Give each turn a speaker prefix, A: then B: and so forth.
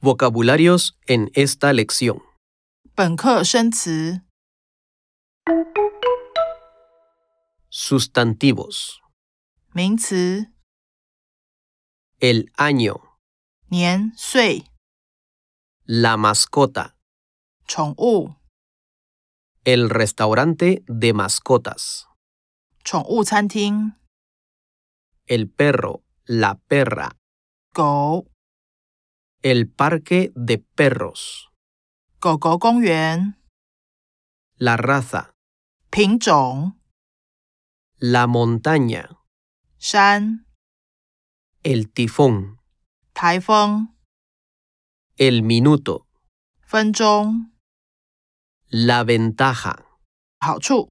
A: Vocabularios en esta lección.
B: 本课生词、
A: Sustantivos.
B: 名词、
A: El año,
B: 年岁、
A: la mascota,
B: 宠物、
A: el restaurante de mascotas,
B: 宠物餐厅、
A: el perro, la perra,
B: 狗、
A: el parque de perros,
B: 狗狗公园、
A: la raza,
B: 品种、
A: la montaña,
B: 山、
A: el tifón,
B: 台风、
A: el minuto,
B: 分钟、
A: la ventaja.
B: 好处。